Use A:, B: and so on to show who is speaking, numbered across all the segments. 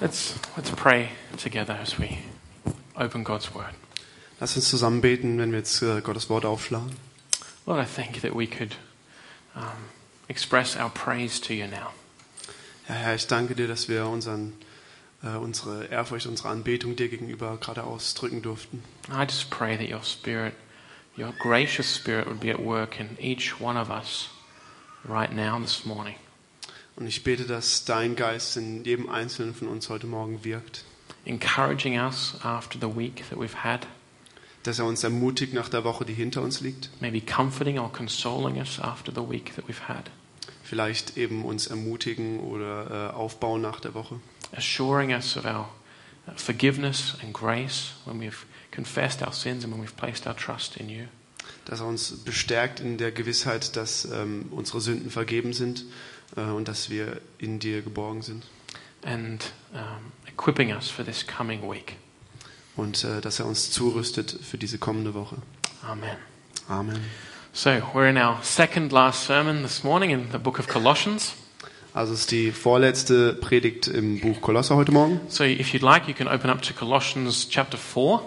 A: Let's, let's pray together as we open God's Word.
B: Lass uns zusammen beten, wenn wir jetzt äh, Gottes Wort aufschlagen.
A: Lord, I thank you that we could um, express our praise to you now.
B: Ja, Herr, ich danke dir, dass wir unseren, äh, unsere Ehrfurcht, unsere Anbetung dir gegenüber gerade ausdrücken durften.
A: I just pray that your Spirit, your gracious Spirit, would be at work in each one of us right now this morning.
B: Und ich bete, dass dein Geist in jedem Einzelnen von uns heute Morgen wirkt.
A: Encouraging us after the week that we've had,
B: Dass er uns ermutigt nach der Woche, die hinter uns liegt.
A: maybe comforting or consoling us after the week that we've had,
B: Vielleicht eben uns ermutigen oder äh, aufbauen nach der Woche.
A: assuring us of our uh, forgiveness and grace when we've confessed our sins and when we've placed our trust in you.
B: Dass er uns bestärkt in der Gewissheit, dass ähm, unsere Sünden vergeben sind äh, und dass wir in dir geborgen sind.
A: and um, equipping us for this coming week.
B: Und äh, dass er uns zurüstet für diese kommende Woche.
A: Amen.
B: Amen.
A: So, we're in our second last sermon this morning in the book of Colossians.
B: Also es ist die vorletzte Predigt im Buch Kolosser heute Morgen.
A: So, if you'd like, you can open up to Colossians chapter 4,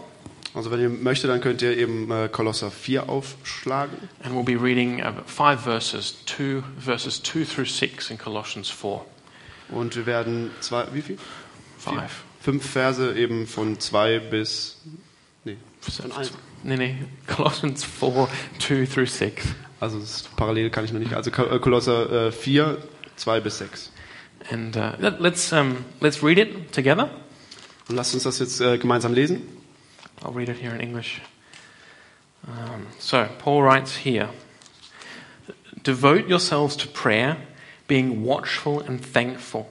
B: Also wenn ihr möchtet, dann könnt ihr eben äh, Kolosser 4 aufschlagen.
A: and we'll be reading uh, five verses, two verses 2 through 6 in Colossians 4.
B: Und wir werden zwei, wie viel?
A: Five.
B: Fünf Verse eben von zwei bis, nee, von eins.
A: No, no, Colossians 4, 2 through 6.
B: Also das ist parallel kann ich noch nicht. Also Ko- äh, Kolosser äh, 4, 2 bis 6.
A: And uh, let, let's, um, let's read it together.
B: Und lasst uns das jetzt äh, gemeinsam lesen.
A: I'll read it here in English. Um, so, Paul writes here Devote yourselves to prayer, being watchful and thankful.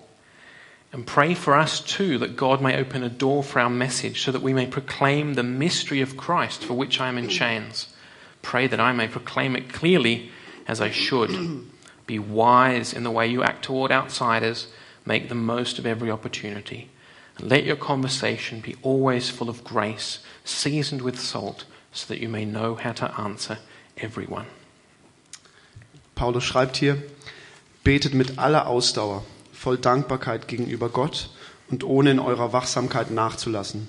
A: And pray for us too that God may open a door for our message so that we may proclaim the mystery of Christ for which I am in chains. Pray that I may proclaim it clearly as I should. Be wise in the way you act toward outsiders. Make the most of every opportunity. And let your conversation be always full of grace, seasoned with salt, so that you may know how to answer everyone.
B: Paulus schreibt hier, betet mit aller Ausdauer, voll Dankbarkeit gegenüber Gott und ohne in eurer Wachsamkeit nachzulassen.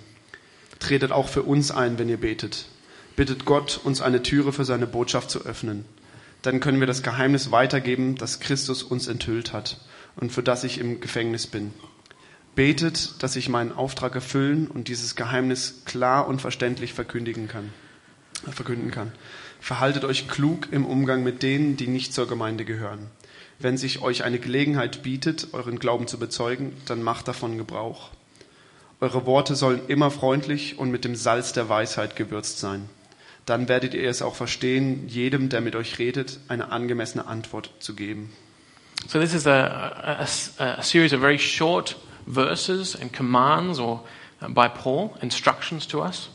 B: Tretet auch für uns ein, wenn ihr betet. Bittet Gott, uns eine Türe für seine Botschaft zu öffnen. Dann können wir das Geheimnis weitergeben, das Christus uns enthüllt hat und für das ich im Gefängnis bin. Betet, dass ich meinen Auftrag erfüllen und dieses Geheimnis klar und verständlich verkündigen kann verkünden kann. Verhaltet euch klug im Umgang mit denen, die nicht zur Gemeinde gehören. Wenn sich euch eine Gelegenheit bietet, euren Glauben zu bezeugen, dann macht davon Gebrauch. Eure Worte sollen immer freundlich und mit dem Salz der Weisheit gewürzt sein. Dann werdet ihr es auch verstehen, jedem, der mit euch redet, eine angemessene Antwort zu geben.
A: So, this is a, a- a- a series of very short verses and commands, or uh, by Paul, instructions to us.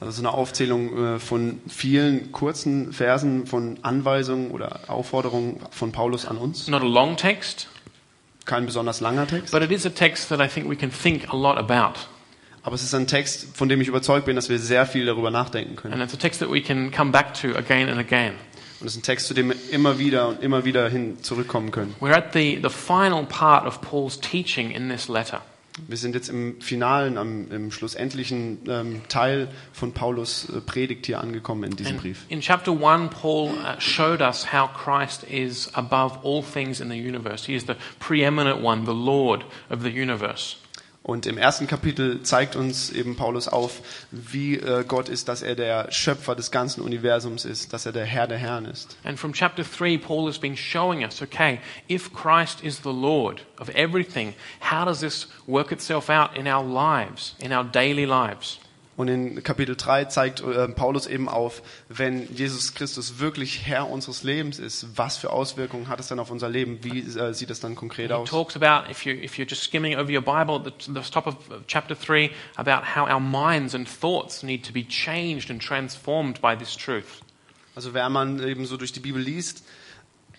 B: Also so eine Aufzählung äh, von vielen kurzen Versen von Anweisungen oder Aufforderungen von Paulus an
A: It's
B: uns.
A: not a long text,
B: Kein besonders langer Text.
A: but it is a text that I think we can think a lot about.
B: Aber es ist ein Text, von dem ich überzeugt bin, dass wir sehr viel darüber nachdenken können.
A: And it's a text that we can come back to again and again.
B: Und es ist ein Text, zu dem wir immer wieder und immer wieder hin zurückkommen können.
A: We're at the, the final part of Paul's teaching in this letter.
B: Wir sind jetzt im finalen, am, im schlussendlichen ähm, Teil von Paulus äh, Predigt hier angekommen in diesem
A: And
B: Brief.
A: in chapter 1, Paul uh, showed us how Christ is above all things in the universe. He is the preeminent one, the Lord of the universe.
B: Und im ersten Kapitel zeigt uns eben Paulus auf, wie äh, Gott ist, dass er der Schöpfer des ganzen Universums ist, dass er der Herr der Herren ist.
A: And from chapter 3, Paul has been showing us okay, if Christ is the Lord of everything, how does this work itself out in our lives, in our daily lives?
B: Und in Kapitel 3 zeigt äh, Paulus eben auf, wenn Jesus Christus wirklich Herr unseres Lebens ist, was für Auswirkungen hat es dann auf unser Leben? Wie äh, sieht es dann konkret
A: He
B: aus?
A: talks about, if, you, if you're just skimming over your Bible at the, the top of uh, chapter 3, about how our minds and thoughts need to be changed and transformed by this truth.
B: Also wenn man eben so durch die Bibel liest,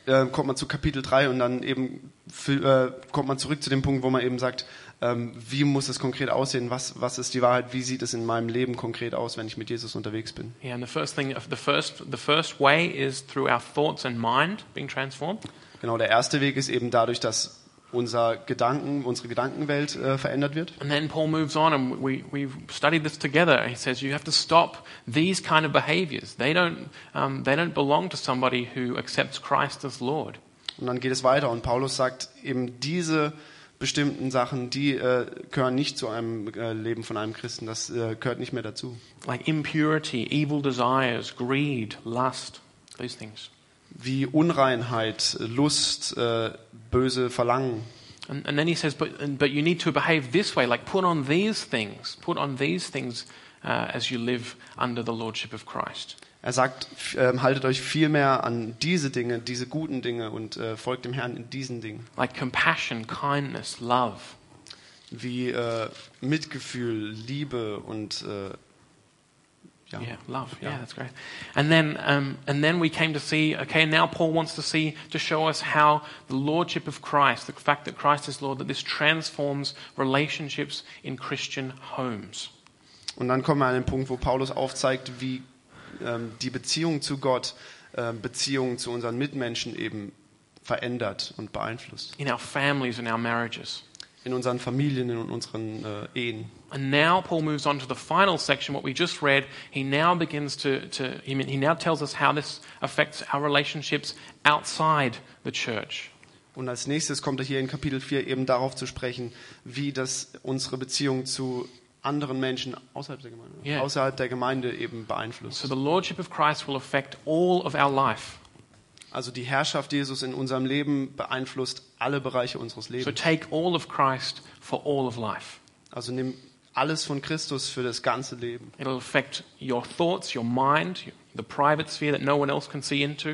B: äh, kommt man zu Kapitel 3 und dann eben fü- äh, kommt man zurück zu dem Punkt, wo man eben sagt, ähm, wie muss es konkret aussehen? Was, was ist die Wahrheit? Wie sieht es in meinem Leben konkret aus, wenn ich mit Jesus unterwegs bin?
A: Yeah, and the first thing, the first, the first way is through our thoughts and mind being transformed.
B: Genau, der erste Weg ist eben dadurch, dass unser Gedanken, unsere Gedankenwelt äh, verändert wird.
A: And then Paul moves on, and we, we've studied this together. He says you have to stop these kind of behaviors. They don't, um, they don't belong to somebody who accepts Christ as Lord.
B: Und dann geht es weiter und Paulus sagt eben diese bestimmten Sachen, die äh, gehören nicht zu einem äh, Leben von einem Christen, das äh, gehört nicht mehr dazu.
A: Like impurity, evil desires, greed, lust, those things.
B: Wie Unreinheit, Lust, äh, böse Verlangen.
A: And, and then he says, but, and, but you need to behave this way, like put on these things, put on these things uh, as you live under the Lordship of Christ.
B: Er sagt, f- ähm, haltet euch viel mehr an diese Dinge, diese guten Dinge und äh, folgt dem Herrn in diesen Dingen.
A: Like compassion, kindness, love.
B: Wie äh, Mitgefühl, Liebe und äh, ja.
A: Yeah, love. Yeah,
B: Yeah.
A: that's great. And then, um, and then we came to see. Okay, now Paul wants to see to show us how the lordship of Christ, the fact that Christ is Lord, that this transforms relationships in Christian homes.
B: Und dann kommen wir an den Punkt, wo Paulus aufzeigt, wie ähm, die Beziehung zu Gott, ähm, Beziehungen zu unseren Mitmenschen eben verändert und beeinflusst.
A: in our families and our marriages.
B: In unseren Familien, in unseren äh, Ehen.
A: And now Paul moves on to the final section, what we just read. He now begins to, to he, mean- he now tells us how this affects our relationships outside the church.
B: Und als nächstes kommt er hier in Kapitel 4 eben darauf zu sprechen, wie das unsere Beziehung zu anderen Menschen außerhalb der Gemeinde,
A: Ja.
B: außerhalb der Gemeinde eben
A: So
B: beeinflusst.
A: the Lordship of Christ will affect all of our life.
B: Also die Herrschaft Jesus in unserem Leben beeinflusst alle Bereiche unseres
A: So
B: Lebens.
A: take all of Christ for all of life.
B: Also nimm alles von Christus für das ganze Leben.
A: It'll affect your thoughts, your mind, the private sphere that no one else can see into.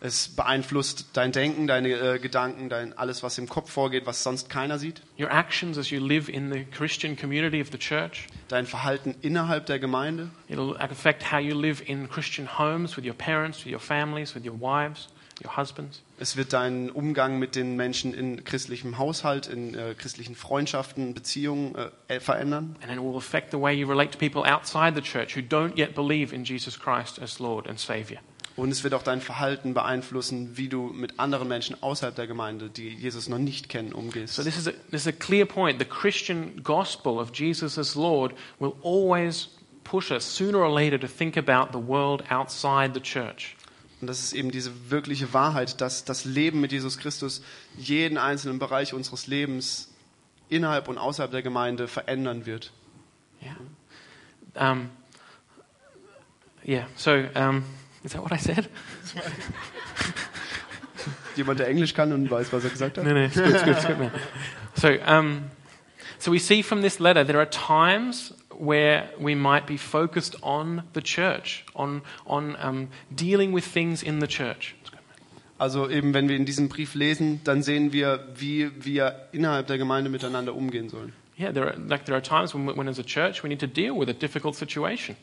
B: Es beeinflusst dein Denken, deine äh, Gedanken, dein, alles, was im Kopf vorgeht, was sonst keiner sieht.
A: Your actions as you live in the Christian community of the church.
B: Dein Verhalten innerhalb der Gemeinde.
A: It'll affect how you live in Christian homes with your parents, with your families, with your wives, your husbands.
B: Es wird deinen Umgang mit den Menschen in christlichem Haushalt, in äh, christlichen Freundschaften, Beziehungen äh, äh, verändern.
A: And it will affect the way you relate to people outside the church who don't yet believe in Jesus Christ as Lord and Savior.
B: Und es wird auch dein Verhalten beeinflussen, wie du mit anderen Menschen außerhalb der Gemeinde, die Jesus noch nicht kennen, umgehst.
A: So, this is a, this is a clear point. The Christian gospel of Jesus as Lord will always push us sooner or later to think about the world outside the church.
B: Und das ist eben diese wirkliche Wahrheit, dass das Leben mit Jesus Christus jeden einzelnen Bereich unseres Lebens innerhalb und außerhalb der Gemeinde verändern wird.
A: Yeah. Um, yeah, so um, is that what I said?
B: Jemand, der Englisch kann und weiß, was er gesagt hat?
A: No, no, it's good, it's good, it's good, man. So, um, so we see from this letter there are times where we might be focused on the church, on on um, dealing with things in the church. It's good, man.
B: Also eben, wenn wir in diesem Brief lesen, dann sehen wir, wie wir innerhalb der Gemeinde miteinander umgehen sollen.
A: Yeah, there are, like there are times when, when, as a church, we need to deal with a difficult situation.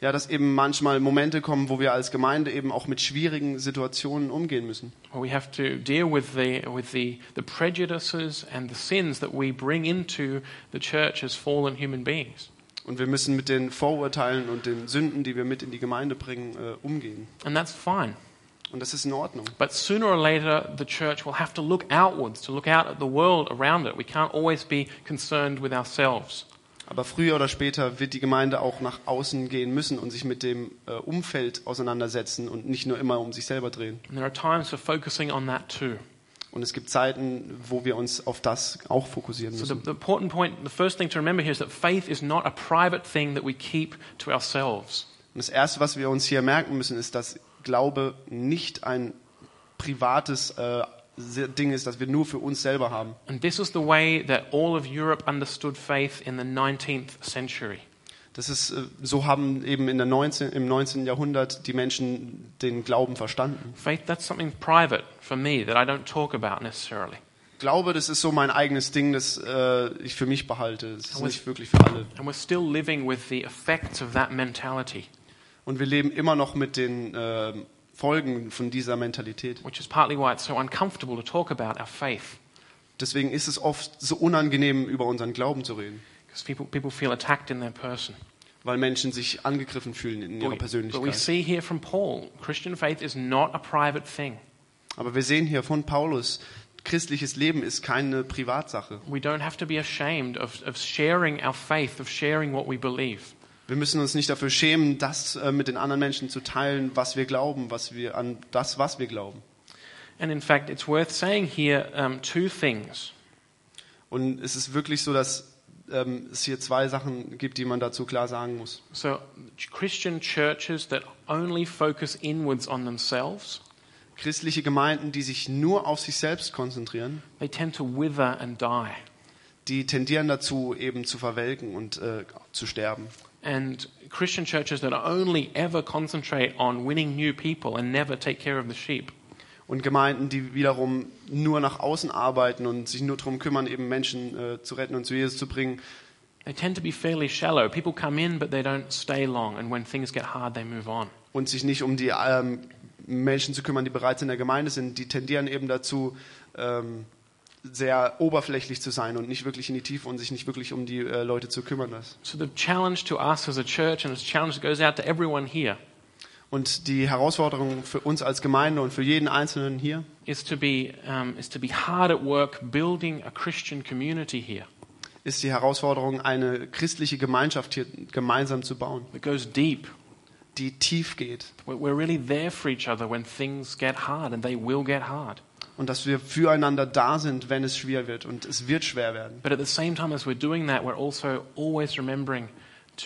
B: Ja, dass eben manchmal Momente kommen, wo wir als Gemeinde eben auch mit schwierigen Situationen umgehen müssen.
A: Or we have to deal with the with the, the prejudices and the sins that we bring into the church as fallen human beings.
B: Und wir müssen mit den Vorurteilen und den Sünden, die wir mit in die Gemeinde bringen, äh, umgehen.
A: And that's fine.
B: Und das ist in Ordnung.
A: But sooner or later, the church will have to look outwards, to look out at the world around it. We can't always be concerned with ourselves.
B: Aber früher oder später wird die Gemeinde auch nach außen gehen müssen und sich mit dem äh, Umfeld auseinandersetzen und nicht nur immer um sich selber drehen.
A: And there are times for focusing on that too.
B: Und es gibt Zeiten, wo wir uns auf das auch fokussieren
A: So, the,
B: müssen.
A: the important point, the first thing to remember here is that faith is not a private thing that we keep to ourselves.
B: Und das Erste, was wir uns hier merken müssen, ist, dass Glaube nicht ein privates äh, Se- Ding ist, das wir nur für uns selber haben.
A: And this is the way that all of Europe understood faith in the 19th century.
B: Das ist, äh, so haben eben in der 19, im 19. Jahrhundert die Menschen den Glauben verstanden.
A: Faith, that's something private for me that I don't talk about necessarily.
B: Glaube, das ist so mein eigenes Ding, das äh, ich für mich behalte. Das ist
A: Aber es-
B: nicht wirklich für alle.
A: And we're still living with the effects of that mentality.
B: Und wir leben immer noch mit den ähm, Folgen von dieser Mentalität.
A: which is partly why it's so uncomfortable to talk about our faith,
B: Deswegen ist es oft so unangenehm, über unseren Glauben zu reden,
A: because people, people feel attacked in their person.
B: weil Menschen sich angegriffen fühlen in
A: But we,
B: ihrer
A: but we
B: Persönlichkeit.
A: see here from Paul, Christian faith is not a private thing.
B: Aber wir sehen hier von Paulus, Christliches Leben ist keine Privatsache.
A: We don't have to be ashamed of, of sharing our faith, of sharing what we believe.
B: Wir müssen uns nicht dafür schämen, das äh, mit den anderen Menschen zu teilen, was wir glauben, was wir an das, was wir glauben.
A: And in fact, it's worth saying here um, two things.
B: Und es ist wirklich so, dass ähm, es hier zwei Sachen gibt, die man dazu klar sagen muss.
A: So, Christian churches that only focus inwards on themselves,
B: Christliche Gemeinden, die sich nur auf sich selbst konzentrieren,
A: they tend to wither and die.
B: die tendieren dazu, eben zu verwelken und äh, zu sterben.
A: And Christian churches that only ever concentrate on winning new people and never take care of the sheep,
B: Und Gemeinden, die wiederum nur nach außen arbeiten und sich nur darum kümmern, eben Menschen äh, zu retten und zu Jesus zu bringen,
A: they tend to be fairly shallow. People come in, but they don't stay long. And when things get hard, they move on.
B: und sich nicht um die ähm, Menschen zu kümmern, die bereits in der Gemeinde sind, die tendieren eben dazu, ähm, sehr oberflächlich zu sein und nicht wirklich in die Tiefe und sich nicht wirklich um die äh, Leute zu kümmern. Das.
A: So, the challenge to us as a church, and this challenge that goes out to everyone here,
B: Und die Herausforderung für uns als Gemeinde und für jeden Einzelnen hier
A: is to be um, is to be hard at work building a Christian community here
B: ist die Herausforderung, eine christliche Gemeinschaft hier gemeinsam zu bauen,
A: that goes deep.
B: die tief geht
A: We're- We're really there for each other when things get hard, and they will get hard.
B: und dass wir füreinander da sind, wenn es schwer wird und es wird schwer werden.
A: But at the same time as we're doing that, we're also always remembering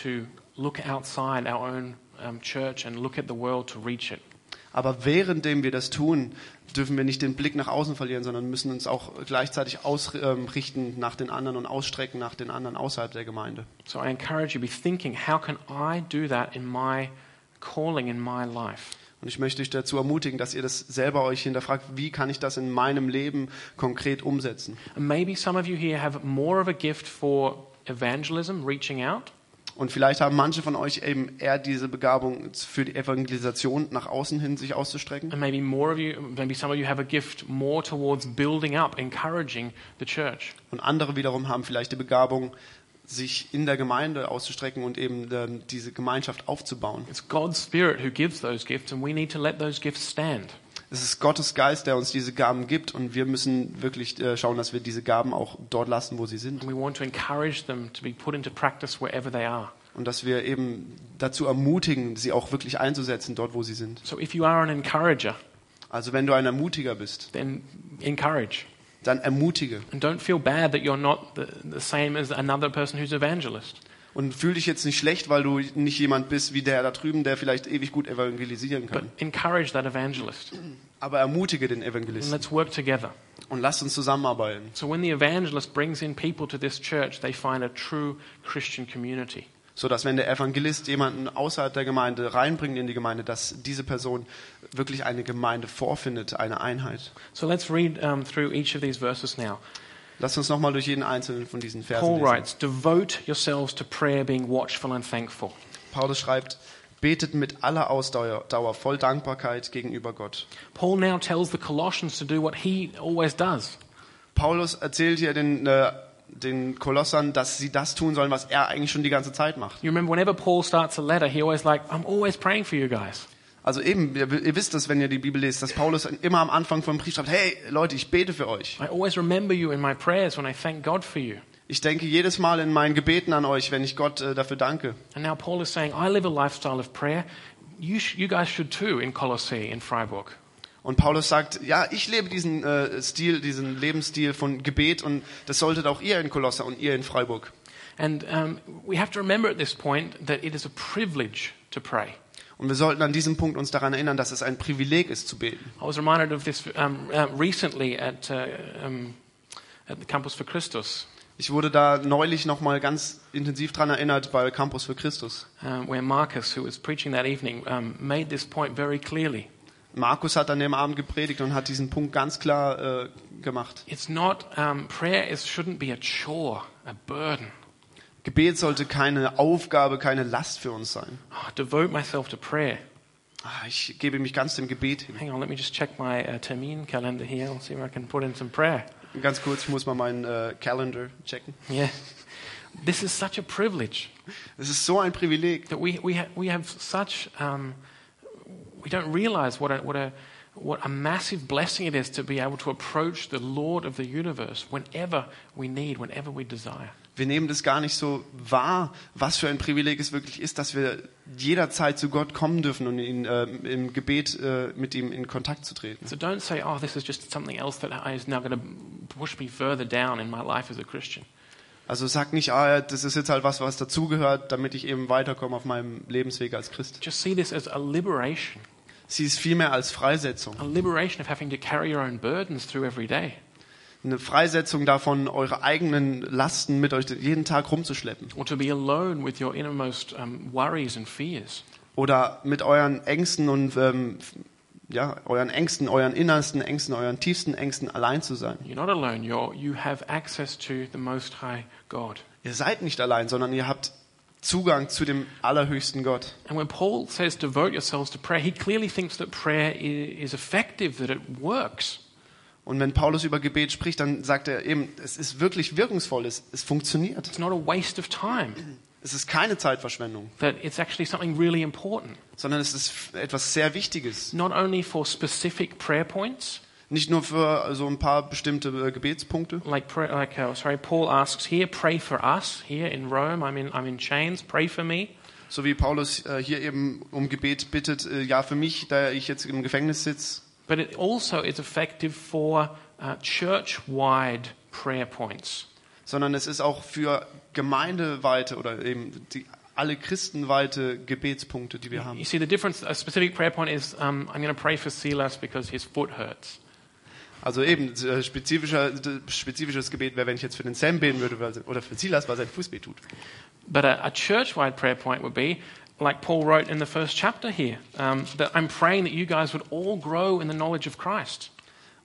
A: to look outside our own um, church and look at the world to reach it.
B: Aber währenddem wir das tun, dürfen wir nicht den Blick nach außen verlieren, sondern müssen uns auch gleichzeitig ausrichten nach den anderen und ausstrecken nach den anderen außerhalb der Gemeinde.
A: So I encourage you to be thinking, how can I do that in my calling, in my life?
B: Und ich möchte euch dazu ermutigen, dass ihr das selber euch hinterfragt, wie kann ich das in meinem Leben konkret umsetzen?
A: And maybe some of you here have more of a gift for evangelism, reaching out.
B: Und vielleicht haben manche von euch eben eher diese Begabung für die Evangelisation nach außen hin sich auszustrecken.
A: And maybe more of you, maybe some of you have a gift more towards building up, encouraging the church.
B: Und andere wiederum haben vielleicht die Begabung, sich in der Gemeinde auszustrecken und eben ähm, diese Gemeinschaft aufzubauen.
A: It's God's Spirit who gives those gifts, and we need to let those gifts stand.
B: Es ist Gottes Geist, der uns diese Gaben gibt und wir müssen wirklich äh, schauen, dass wir diese Gaben auch dort lassen, wo sie sind.
A: And we want to encourage them to be put into practice wherever they are.
B: Und dass wir eben dazu ermutigen, sie auch wirklich einzusetzen, dort, wo sie sind.
A: So if you are an encourager,
B: Also wenn du ein Ermutiger bist,
A: then encourage.
B: dann ermutige.
A: And don't feel bad that you're not the, the same as another person who's evangelist.
B: Und fühl dich jetzt nicht schlecht, weil du nicht jemand bist wie der da drüben, der vielleicht ewig gut evangelisieren
A: But
B: kann.
A: encourage that evangelist.
B: Aber ermutige den
A: And
B: Evangelisten
A: let's work together.
B: und lasst uns zusammenarbeiten.
A: So when the evangelist brings in people to this church, they find a true Christian community.
B: So dass wenn der Evangelist jemanden außerhalb der Gemeinde reinbringt in die Gemeinde, dass diese Person wirklich eine Gemeinde vorfindet, eine Einheit.
A: So let's read um, through each of these verses now.
B: Lasst uns nochmal durch jeden einzelnen von diesen Versen
A: Paul
B: lesen.
A: writes, Devote yourselves to prayer, being watchful and thankful.
B: Paulus schreibt, betet mit aller Ausdauer Dauer, voll Dankbarkeit gegenüber Gott.
A: Paul now tells the Colossians to do what he always does.
B: Paulus erzählt hier den, äh, den Kolossern, dass sie das tun sollen, was er eigentlich schon die ganze Zeit macht.
A: You remember whenever Paul starts a letter, he always like, I'm always praying for you guys.
B: Also eben, ihr, ihr wisst das, wenn ihr die Bibel lest, dass Paulus immer am Anfang vom Brief schreibt, hey Leute, ich bete für euch.
A: I always remember you in my prayers when I thank God for you.
B: Ich denke jedes Mal in meinen Gebeten an euch, wenn ich Gott äh, dafür danke.
A: And now Paul is saying, I live a lifestyle of prayer. You, sh- you guys should too in Colossae, in Freiburg.
B: Und Paulus sagt, ja, ich lebe diesen äh, Stil, diesen Lebensstil von Gebet und das solltet auch ihr in Kolosser und ihr in Freiburg.
A: And um, we have to remember at this point that it is a privilege to pray.
B: Und wir sollten an diesem Punkt uns daran erinnern, dass es ein Privileg ist zu beten.
A: I was reminded of this um, uh, recently at, uh, um, at the Campus for Christus,
B: Ich wurde da neulich nochmal ganz intensiv daran erinnert bei Campus für Christus.
A: um, where Marcus, who was preaching that evening, um, made this point very clearly.
B: Markus hat an dem Abend gepredigt und hat diesen Punkt ganz klar äh, gemacht.
A: It's not, um, prayer is, shouldn't be a chore, a burden.
B: Gebet sollte keine Aufgabe, keine Last für uns sein.
A: Oh, devote myself to prayer.
B: Ah, Ich gebe mich ganz dem Gebet hin.
A: Hang on, let me just check my uh, termin calendar here. I'll see if I can put in some prayer.
B: Ganz kurz, ich muss mal meinen äh, Calendar checken.
A: Yeah. This is such a privilege
B: Es ist so ein Privileg.
A: that we, we, ha- we have such, um, we don't realize what a, what a, what a massive blessing it is to be able to approach the Lord of the universe whenever we need, whenever we desire.
B: Wir nehmen das gar nicht so wahr, was für ein Privileg es wirklich ist, dass wir jederzeit zu Gott kommen dürfen und ihn, äh, im Gebet äh, mit ihm in Kontakt zu treten.
A: So don't say, oh, this is just something else that I- is now going to push me further down in my life as a Christian.
B: Also sag nicht, ah, ja, das ist jetzt halt was, was dazugehört, damit ich eben weiterkomme auf meinem Lebensweg als Christ.
A: Just see this as a liberation,
B: Sie ist vielmehr als Freisetzung.
A: a liberation of having to carry your own burdens through every day.
B: Eine Freisetzung davon, eure eigenen Lasten mit euch jeden Tag rumzuschleppen.
A: or to be alone with your innermost um, worries and fears.
B: Oder mit euren Ängsten und, ähm, ja, euren Ängsten, euren innersten Ängsten, euren tiefsten Ängsten allein zu sein.
A: You're not alone. You're, you have access to the Most High God.
B: Ihr seid nicht allein, sondern ihr habt Zugang zu dem allerhöchsten Gott.
A: And when Paul says devote yourselves to prayer, he clearly thinks that prayer i- is effective, that it works.
B: Und wenn Paulus über Gebet spricht, dann sagt er eben, es ist wirklich wirkungsvoll, es, es funktioniert.
A: It's not a waste of time,
B: Es ist keine Zeitverschwendung,
A: that it's actually something really important,
B: sondern es ist f- etwas sehr Wichtiges.
A: not only for specific prayer points.
B: Nicht nur für so ein paar bestimmte äh, Gebetspunkte.
A: Like, pray, like uh, sorry, Paul asks here, pray for us here in Rome. I'm in, I'm in chains. Pray for me.
B: So wie Paulus äh, hier eben um Gebet bittet, äh, ja für mich, da ich jetzt im Gefängnis sitze.
A: But it also is effective for uh, church wide prayer points.
B: Sondern es ist auch für gemeindeweite oder eben die, alle christenweite Gebetspunkte, die wir haben.
A: You see, the difference, a specific prayer point is um, I'm going to pray for Silas because his foot hurts.
B: Also eben, äh, spezifischer, d- spezifisches Gebet wäre, wenn ich jetzt für den Sam beten würde weil- oder für Silas, weil sein Fuß weh tut.
A: But a, a church wide prayer point would be, like Paul wrote in the first chapter here, um, that I'm praying that you guys would all grow in the knowledge of Christ.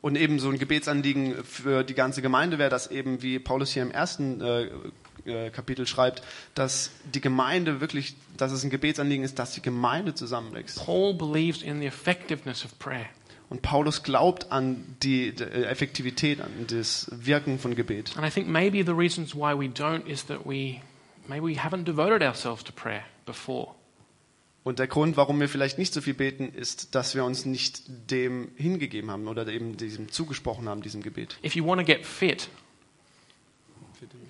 B: Und eben so ein Gebetsanliegen für die ganze Gemeinde wäre, dass eben, wie Paulus hier im ersten äh, äh, Kapitel schreibt, dass die Gemeinde wirklich, dass es ein Gebetsanliegen ist, dass die Gemeinde zusammenwächst.
A: Paul believes in the effectiveness of prayer.
B: Und Paulus glaubt an die die Effektivität, an das Wirken von Gebet.
A: And I think maybe the reasons why we don't is that we maybe we haven't devoted ourselves to prayer before.
B: Und der Grund, warum wir vielleicht nicht so viel beten, ist, dass wir uns nicht dem hingegeben haben oder eben diesem zugesprochen haben, diesem Gebet.
A: If you want to get fit,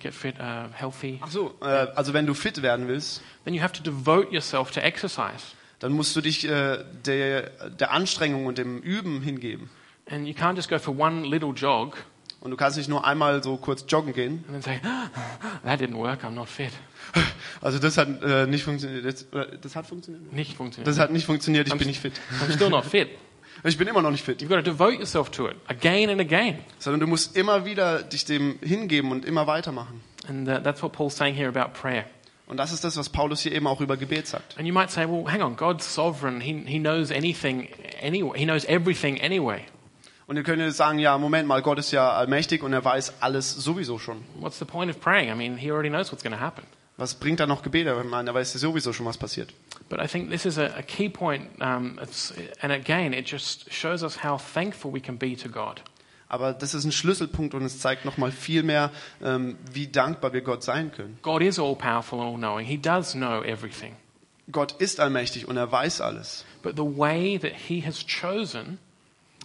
A: get fit, uh, healthy,
B: Ach so, äh, also wenn du fit werden willst,
A: then you have to devote yourself to exercise.
B: dann musst du dich äh, der, der Anstrengung und dem Üben hingeben.
A: And you can't just go for one little jog
B: Und du kannst nicht nur einmal so kurz joggen gehen.
A: and then say, that didn't work, I'm not fit.
B: Also das hat äh, nicht funktioniert. Das, oder das hat funktioniert.
A: Nicht funktioniert.
B: Das hat nicht funktioniert. Ich bin nicht fit.
A: I'm still not fit.
B: Ich bin immer noch nicht fit.
A: You've got to devote yourself to it again and again.
B: Sondern du musst immer wieder dich dem hingeben und immer weitermachen.
A: And uh, that's what Paul's saying here about prayer.
B: Und das ist das, was Paulus hier eben auch über Gebet sagt.
A: And you might say, well, hang on, God's sovereign. He, he knows anything anyway. He knows everything anyway.
B: Und ihr könnt jetzt sagen, ja, Moment mal, Gott ist ja allmächtig und er weiß alles sowieso schon.
A: What's the point of praying? I mean, he already knows what's going to happen.
B: Was bringt da noch Gebet? Ich meine, er weiß ja sowieso schon, was passiert.
A: But I think this is a, a key point. Um, it's, and again, it just shows us how thankful we can be to God.
B: Aber das ist ein Schlüsselpunkt und es zeigt nochmal viel mehr, ähm, wie dankbar wir Gott sein können.
A: God is all powerful and all knowing. He does know everything.
B: Gott ist allmächtig und er weiß alles.
A: But the way that he has chosen,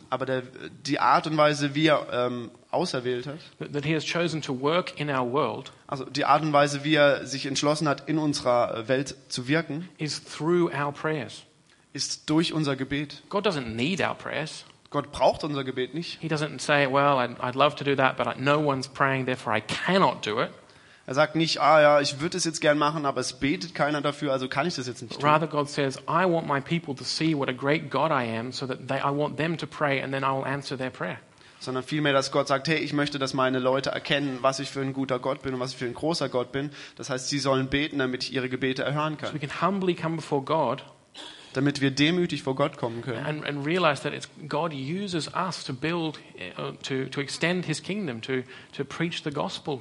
B: Aber der, die Art und Weise, wie er ähm, auserwählt hat,
A: that that he has chosen to work in our world,
B: also die Art und Weise, wie er sich entschlossen hat, in unserer äh, Welt zu wirken,
A: is through our prayers.
B: ist durch unser Gebet.
A: God doesn't need our prayers.
B: Gott braucht unser Gebet nicht.
A: He doesn't say, well, I'd, I'd love to do that, but I, no one's praying, therefore I cannot do it.
B: Er sagt nicht, ah ja, ich würde es jetzt gern machen, aber es betet keiner dafür, also kann ich das jetzt nicht tun.
A: Rather, God says, I want my people to see what a great God I am so that they, I want them to pray and then I will answer their prayer.
B: Sondern vielmehr, dass Gott sagt, hey, ich möchte, dass meine Leute erkennen, was ich für ein guter Gott bin und was ich für ein großer Gott bin. Das heißt, sie sollen beten, damit ich ihre Gebete erhören
A: We
B: kann.
A: can humbly come before God
B: Damit wir demütig vor Gott kommen können.
A: and, and realize that it's, God uses us to build, uh, to, to extend his kingdom, to, to preach the gospel,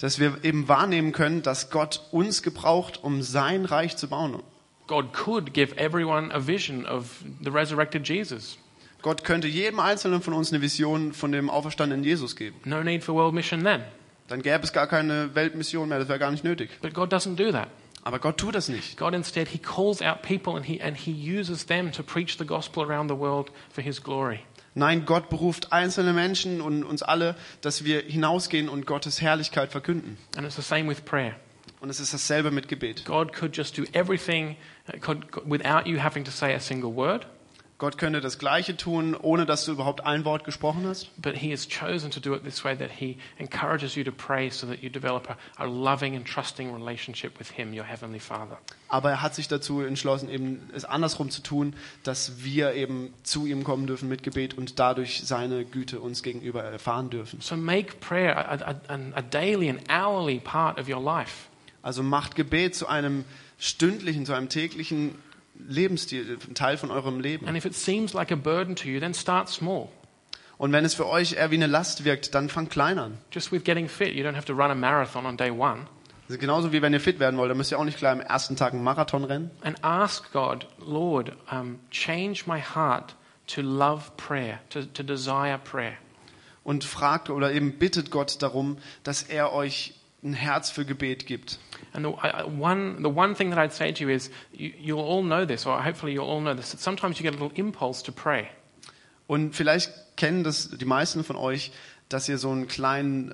B: Dass wir eben wahrnehmen können, dass Gott uns gebraucht, um sein Reich zu bauen.
A: God could give everyone a vision of the resurrected Jesus.
B: Gott könnte jedem Einzelnen von uns eine Vision von dem auferstandenen Jesus geben.
A: No need for world mission then.
B: Dann gäbe es gar keine Weltmission mehr, das wäre gar nicht nötig.
A: But God doesn't do that.
B: Aber Gott tut das nicht.
A: God instead, he calls out people and he, and he uses them to preach the gospel around the world for his glory.
B: Nein, Gott beruft einzelne Menschen und uns alle, dass wir hinausgehen und Gottes Herrlichkeit verkünden.
A: And it's the same with prayer.
B: Und es ist dasselbe mit Gebet.
A: God could just do everything uh, could, could- without you having to say a single word,
B: Gott könnte das Gleiche tun, ohne dass du überhaupt ein Wort gesprochen hast.
A: but he has chosen to do it this way that he encourages you to pray so that you develop a, a loving and trusting relationship with him, your heavenly Father.
B: Aber er hat sich dazu entschlossen, eben es andersrum zu tun, dass wir eben zu ihm kommen dürfen mit Gebet und dadurch seine Güte uns gegenüber erfahren dürfen.
A: So make prayer a, a, a, a daily and hourly part of your life.
B: Also macht Gebet zu einem stündlichen, zu einem täglichen Lebensstil, ein Teil von eurem Leben.
A: And if it seems like a burden to you, then start small.
B: Und wenn es für euch eher wie eine Last wirkt, dann fangt klein an.
A: Just with getting fit, you don't have to run a marathon on day one.
B: Also genauso wie wenn ihr fit werden wollt, dann müsst ihr auch nicht gleich am ersten Tag einen Marathon rennen.
A: And ask God, Lord, um, change my heart to love prayer, to, to desire prayer.
B: Und fragt oder eben bittet Gott darum, dass er euch ein Herz für Gebet gibt.
A: And the, I, I- one, the one thing that I'd say to you is you, you'll all know this, or hopefully you'll all know this, that sometimes you get a little impulse to pray.
B: Und vielleicht kennen das die meisten von euch, dass ihr so einen kleinen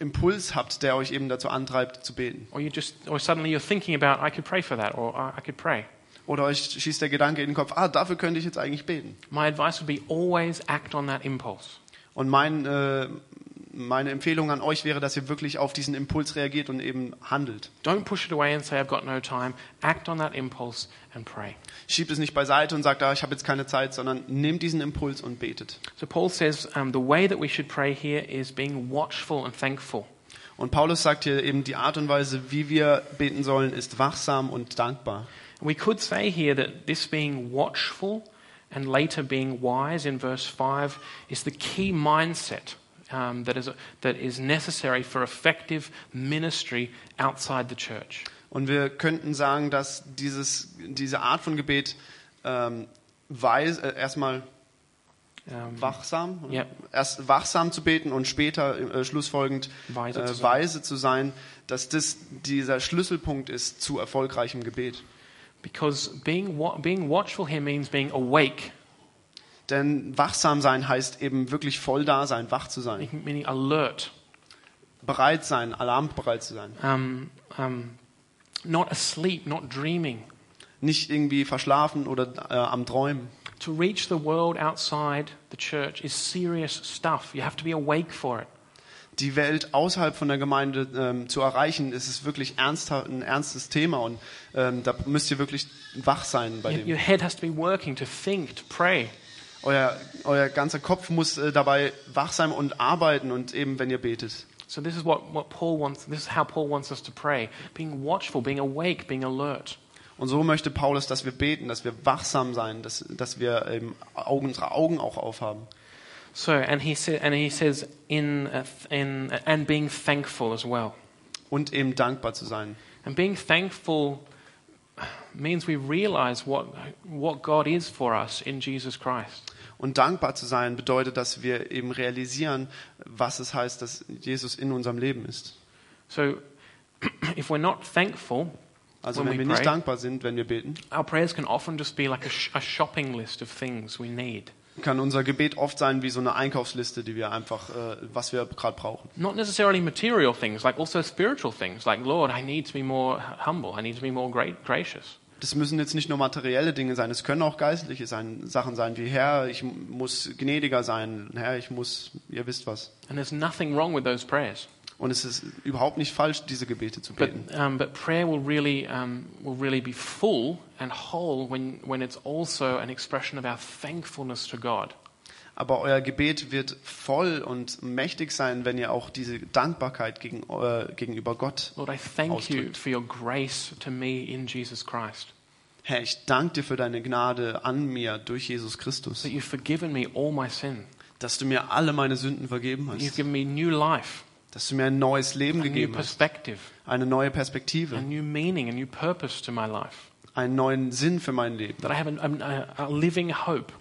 B: Impuls habt, der euch eben dazu antreibt zu beten.
A: Or, you just, or suddenly you're thinking about, I could pray for that, or I, I could pray.
B: Oder euch schießt der Gedanke in den Kopf, ah, dafür könnte ich jetzt eigentlich beten.
A: My advice would be always act on that impulse.
B: Und mein, äh, meine Empfehlung an euch wäre, dass ihr wirklich auf diesen Impuls reagiert und eben handelt.
A: Don't push it away and say, I've got no time. Act on that impulse and pray.
B: Schiebt es nicht beiseite und sagt, ah, ich habe jetzt keine Zeit, sondern nehmt diesen Impuls und betet.
A: So Paul says um, the way that we should pray here is being watchful and thankful.
B: Und Paulus sagt hier eben, die Art und Weise, wie wir beten sollen, ist wachsam und dankbar.
A: We could say here that this being watchful and later being wise in verse 5 is the key mindset um, that, is, that is necessary for effective ministry outside the church.
B: Und wir könnten sagen, dass dieses, diese Art von Gebet ähm, weis, äh, erstmal
A: Um,
B: wachsam,
A: Ja.
B: erst wachsam zu beten und später äh, schlussfolgend
A: Weise zu
B: äh,
A: sein.
B: weise zu sein, dass das dieser Schlüsselpunkt ist zu erfolgreichem Gebet.
A: because being, wa- being watchful here means being awake,
B: Denn wachsam sein heißt eben wirklich voll da sein, wach zu sein,
A: meaning alert,
B: bereit sein, alarmbereit zu sein.
A: um, um, not asleep, not dreaming.
B: Nicht irgendwie verschlafen oder äh, am Träumen.
A: To reach the world outside the church is serious stuff. You have to be awake for it.
B: die Welt außerhalb von der Gemeinde ähm, zu erreichen, ist es wirklich ernsthaft, ein ernstes Thema und ähm, da müsst ihr wirklich wach sein bei
A: Your- Your
B: dem.
A: head has to be working to think, to pray.
B: Euer, euer ganzer Kopf muss äh, dabei wach sein und arbeiten und eben, wenn ihr betet.
A: So this is what, what Paul wants. This is how Paul wants us to pray: being watchful, being awake, being alert.
B: Und so möchte Paulus, dass wir beten, dass wir wachsam sein, dass, dass wir eben Augen, unsere Augen auch aufhaben.
A: So, and he sa- and he says in uh, th- in uh, and being thankful as well.
B: Und eben dankbar zu sein.
A: And being thankful means we realize what what God is for us in Jesus Christ.
B: Und dankbar zu sein bedeutet, dass wir eben realisieren, was es heißt, dass Jesus in unserem Leben ist.
A: So, if we're not thankful,
B: Also
A: when
B: wenn
A: we
B: wir
A: pray,
B: nicht dankbar sind, wenn wir beten,
A: our prayers can often just be like a, sh- a shopping list of things we need.
B: kann unser Gebet oft sein wie so eine Einkaufsliste, die wir einfach, äh, was wir gerade brauchen.
A: Not necessarily material things, like also spiritual things, like, Lord, I need to be more humble, I need to be more great, gracious.
B: Das müssen jetzt nicht nur materielle Dinge sein, es können auch geistliche sein, Sachen sein, wie Herr, ich m- muss gnädiger sein, Herr, ich muss, ihr wisst was.
A: And there's nothing wrong with those prayers.
B: Und es ist überhaupt nicht falsch, diese Gebete zu
A: But,
B: beten.
A: um, but prayer will really, um, will really be full and whole when, when it's also an expression of our thankfulness to God.
B: Aber euer Gebet wird voll und mächtig sein, wenn ihr auch diese Dankbarkeit gegen, äh, gegenüber Gott.
A: Lord, I thank you
B: Ausdrückt.
A: for your grace to me in Jesus Christ,
B: Herr, ich danke dir für deine Gnade an mir durch Jesus Christus,
A: that you've forgiven me all my sin,
B: dass du mir alle meine Sünden vergeben
A: that you've
B: hast,
A: given me new life,
B: dass du mir ein neues Leben
A: a new
B: gegeben hast,
A: perspective,
B: eine neue Perspektive.
A: a new meaning, a new purpose to my life,
B: einen neuen Sinn für mein Leben.
A: that I have an, an, a, a living hope.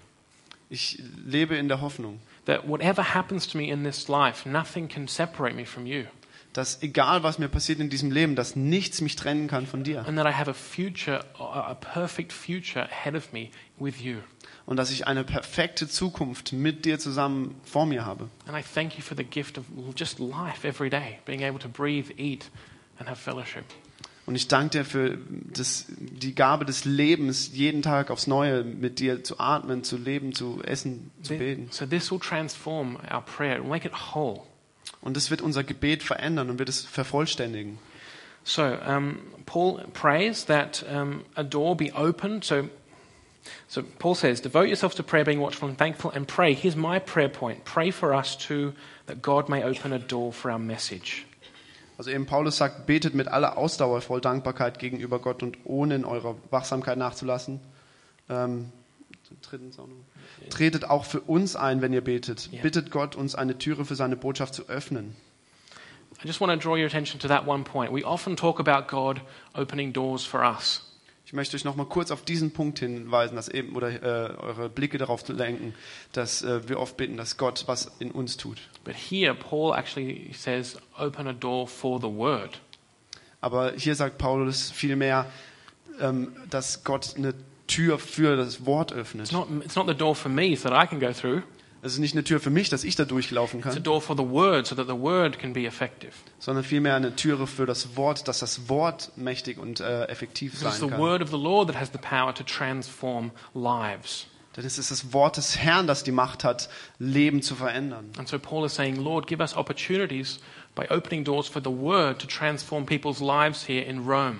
B: Ich lebe in der Hoffnung.
A: that whatever happens to me in this life, nothing can separate me from you.
B: dass egal was mir passiert in diesem Leben, dass nichts mich trennen kann von dir.
A: and that I have a future, a a perfect future ahead of me with you.
B: Und dass ich eine perfekte Zukunft mit dir zusammen vor mir habe.
A: And I thank you for the gift of just life every day, being able to breathe, eat, and have fellowship.
B: Und ich danke dir für das, die Gabe des Lebens, jeden Tag aufs Neue mit dir zu atmen, zu leben, zu essen, zu beten.
A: So this will transform our prayer and make it whole.
B: Und das wird unser Gebet verändern und wird es vervollständigen.
A: So um, Paul prays that um, a door be opened. So, so Paul says, devote yourself to prayer, being watchful and thankful, and pray. Here's my prayer point: pray for us too, that God may open a door for our message.
B: Also eben Paulus sagt, betet mit aller Ausdauer voll Dankbarkeit gegenüber Gott und ohne in eurer Wachsamkeit nachzulassen. Ähm, drittens auch noch. Tretet auch für uns ein, wenn ihr betet.
A: Ja.
B: Bittet Gott, uns eine Türe für seine Botschaft zu öffnen.
A: I just want to draw your attention to that one point. We often talk about God opening doors for us.
B: Ich möchte euch nochmal kurz auf diesen Punkt hinweisen, dass eben, oder äh, eure Blicke darauf zu lenken, dass äh, wir oft beten, dass Gott was in uns tut.
A: But here, Paul actually says, open a door for the word.
B: Aber hier sagt Paulus vielmehr, ähm, dass Gott eine Tür für das Wort öffnet.
A: It's not, it's not the door for me so that I can go through,
B: Es ist nicht eine Tür für mich, dass ich da durchlaufen
A: it's a
B: kann,
A: door for the word so that the word can be effective.
B: sondern vielmehr eine Türe für das Wort, dass das Wort mächtig und äh, effektiv
A: Because it's the
B: sein kann.
A: word of the Lord that has the power to transform lives.
B: Denn es ist das Wort des Herrn, das die Macht hat, Leben zu verändern.
A: And so Paul is saying, Lord, give us opportunities by opening doors for the word to transform people's lives here in Rome.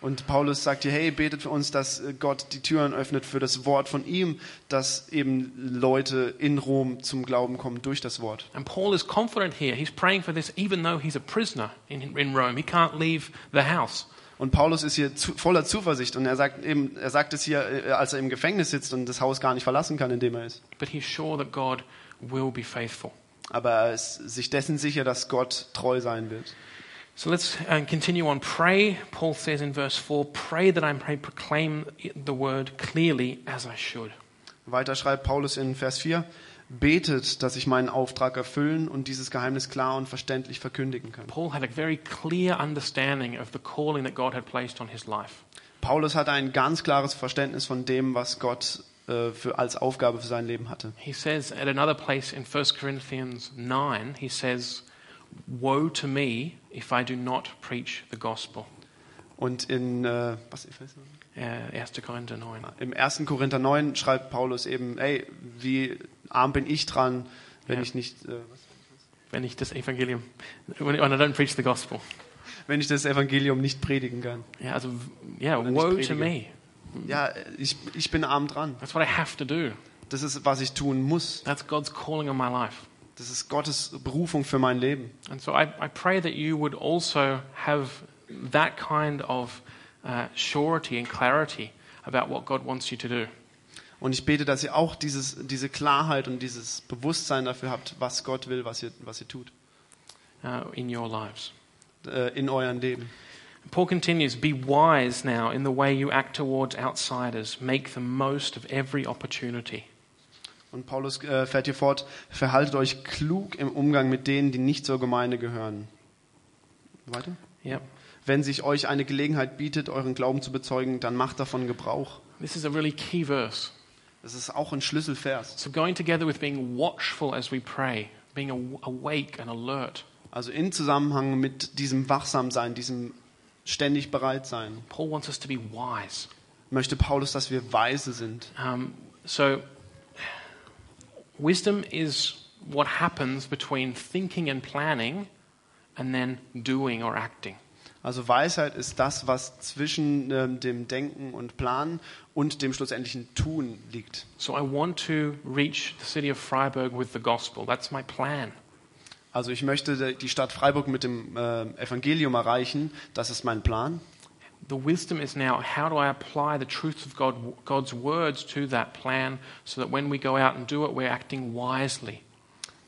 B: Und Paulus sagt hier, hey, betet für uns, dass äh, Gott die Türen öffnet für das Wort von ihm, dass eben Leute in Rom zum Glauben kommen durch das Wort.
A: And Paul is confident here. He's praying for this even though he's a prisoner in, in Rome. He can't leave the house.
B: Und Paulus ist hier zu, voller Zuversicht und er sagt eben, er sagt es hier, äh, als er im Gefängnis sitzt und das Haus gar nicht verlassen kann, in dem er ist.
A: But he's sure that God will be faithful.
B: Aber er ist sich dessen sicher, dass Gott treu sein wird.
A: So let's um, continue on. Pray, Paul says in verse 4 pray that I may proclaim the word clearly as I should.
B: Weiter schreibt Paulus in Vers 4, betet, dass ich meinen Auftrag erfüllen und dieses Geheimnis klar und verständlich verkündigen kann.
A: Paul had a very clear understanding of the calling that God had placed on his life.
B: Paulus hatte ein ganz klares Verständnis von dem, was Gott äh, für, als Aufgabe für sein Leben hatte.
A: He says at another place in 1 Corinthians 9, he says, Woe to me if I do not preach the gospel.
B: Und in, äh, was, Epheser?
A: Uh, 1 Corinthians 9.
B: im 1. Korinther 9 schreibt Paulus eben, ey, wie arm bin ich dran, wenn
A: Ja.
B: ich nicht... Äh, was?
A: Wenn ich das Evangelium, when, when I don't preach the gospel.
B: wenn ich das Evangelium nicht predigen kann.
A: Yeah, also, yeah,
B: Oder nicht
A: woe to
B: predige.
A: me.
B: Ja, ich, ich bin arm dran.
A: That's what I have to do.
B: Das ist, was ich tun muss.
A: That's God's calling on my life.
B: Das ist Gottes Berufung für mein Leben.
A: And so I, I pray that you would also have that kind of uh, surety and clarity about what God wants you to do.
B: Und ich bete, dass ihr auch dieses, diese Klarheit und dieses Bewusstsein dafür habt, was Gott will, was ihr, was ihr tut
A: uh, in your lives.
B: äh, in euren Leben.
A: Paul continues Be wise now in the way you act towards outsiders. Make the most of every opportunity.
B: Und Paulus äh, fährt hier fort, verhaltet euch klug im Umgang mit denen, die nicht zur Gemeinde gehören. Weiter?
A: Yep.
B: Wenn sich euch eine Gelegenheit bietet, euren Glauben zu bezeugen, dann macht davon Gebrauch.
A: This is a really key verse.
B: Das ist auch ein Schlüsselvers.
A: So, going together with being watchful as we pray, being aw- awake and alert,
B: Also in Zusammenhang mit diesem Wachsamsein, diesem ständig Bereitsein,
A: Paul wants us to be wise.
B: möchte Paulus, dass wir weise sind.
A: Um, so, wisdom is what happens between thinking and planning and then doing or acting.
B: Also Weisheit ist das, was zwischen ähm, dem Denken und Planen und dem schlussendlichen Tun liegt.
A: So, I want to reach the city of Freiburg with the gospel. That's my plan.
B: Also ich möchte de- die Stadt Freiburg mit dem äh, Evangelium erreichen, das ist mein Plan.
A: The wisdom is now how do I apply the truths of God, God's words to that plan so that when we go out and do it, we're acting wisely.